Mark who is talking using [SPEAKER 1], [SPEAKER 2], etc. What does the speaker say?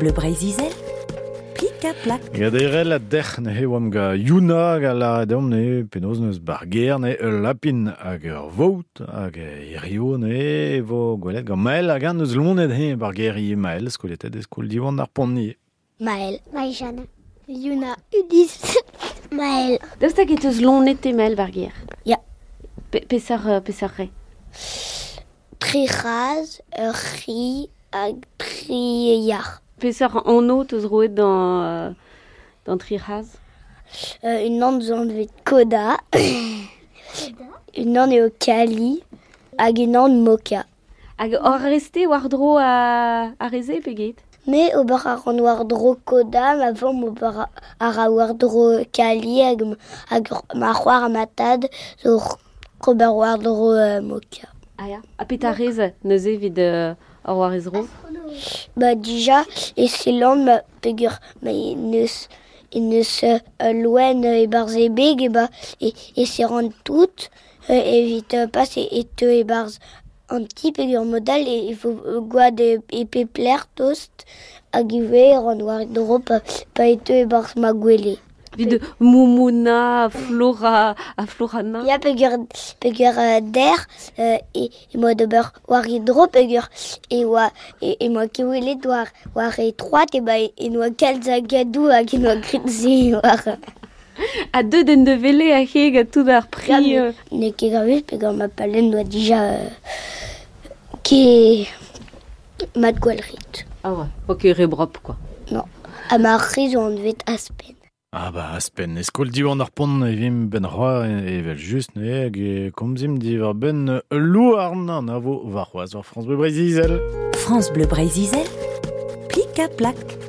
[SPEAKER 1] Bleu Breizizel, pika plak.
[SPEAKER 2] Ya deirel e a derch ne oam ga Yuna ga la edom ne penoz neus barger ne ul lapin hag ur vout hag erio ne evo gwelet ga mael hag an eus lonet he bargeri mael skoletet e skol divan ar pont nie.
[SPEAKER 3] Maël. Maïjane. Yuna. Udis. Maël.
[SPEAKER 4] Daoust hag e eus lon et temel var gir
[SPEAKER 3] Ya.
[SPEAKER 4] Pe pesar, euh, pesar re.
[SPEAKER 3] Triraz. Ri. Ag. Triar.
[SPEAKER 4] Pesar an o eus roet dans, euh, dans Triraz.
[SPEAKER 3] Euh, une ande enlevée de Koda. une ande au Kali. Hag une ande Moka.
[SPEAKER 4] Hag hor reste war dro a, a reze peget.
[SPEAKER 3] Mais au bar à noir dro Koda, ma vom au bar à rawar dro Kali, hag, m- hag ma roar matad, zo robar war dro euh, Moka.
[SPEAKER 4] Ah ya. A pet a reze neuze evit euh, hor war ez ro.
[SPEAKER 3] Bah déjà, et c'est l'an ma pegur, mais Bah, il ne s- il ne se euh, louen euh, et barze et big, et bah, et, et c'est rendre toutes, euh, et vite euh, passe, et, et te et barze un petit pegur modal, et il faut euh, guad et, et pepler toast, à guiver, en noir et drôle, pas, pas et te et barze ma guélé.
[SPEAKER 4] Evit de Moumouna, a Flora, a Florana.
[SPEAKER 3] Il y a pegur, pegur euh, d'air, euh, et, et moi de beurre, war et drôle pegur, et wa, et, et moi qui voulais doir, war et droite, et bah, et, et noa calzagadou, hein, hag et noa gritzi, war.
[SPEAKER 4] A deux den de vele a heg a tout ar pri. euh,
[SPEAKER 3] Ne ket gravus, pegur ma palen doa dija, euh, ke, mat gwal rit.
[SPEAKER 4] Ah ouais. Ok, rebrop quoi.
[SPEAKER 3] Non. A ma riz on vet aspen.
[SPEAKER 2] Ah ba aspen e skol divan ar pont ne vim ben roa e- evel just ne hag e komzim divar ben louarn an avo var c'hoaz war France Bleu Breizizel.
[SPEAKER 1] France Bleu Breizizel, pika plak.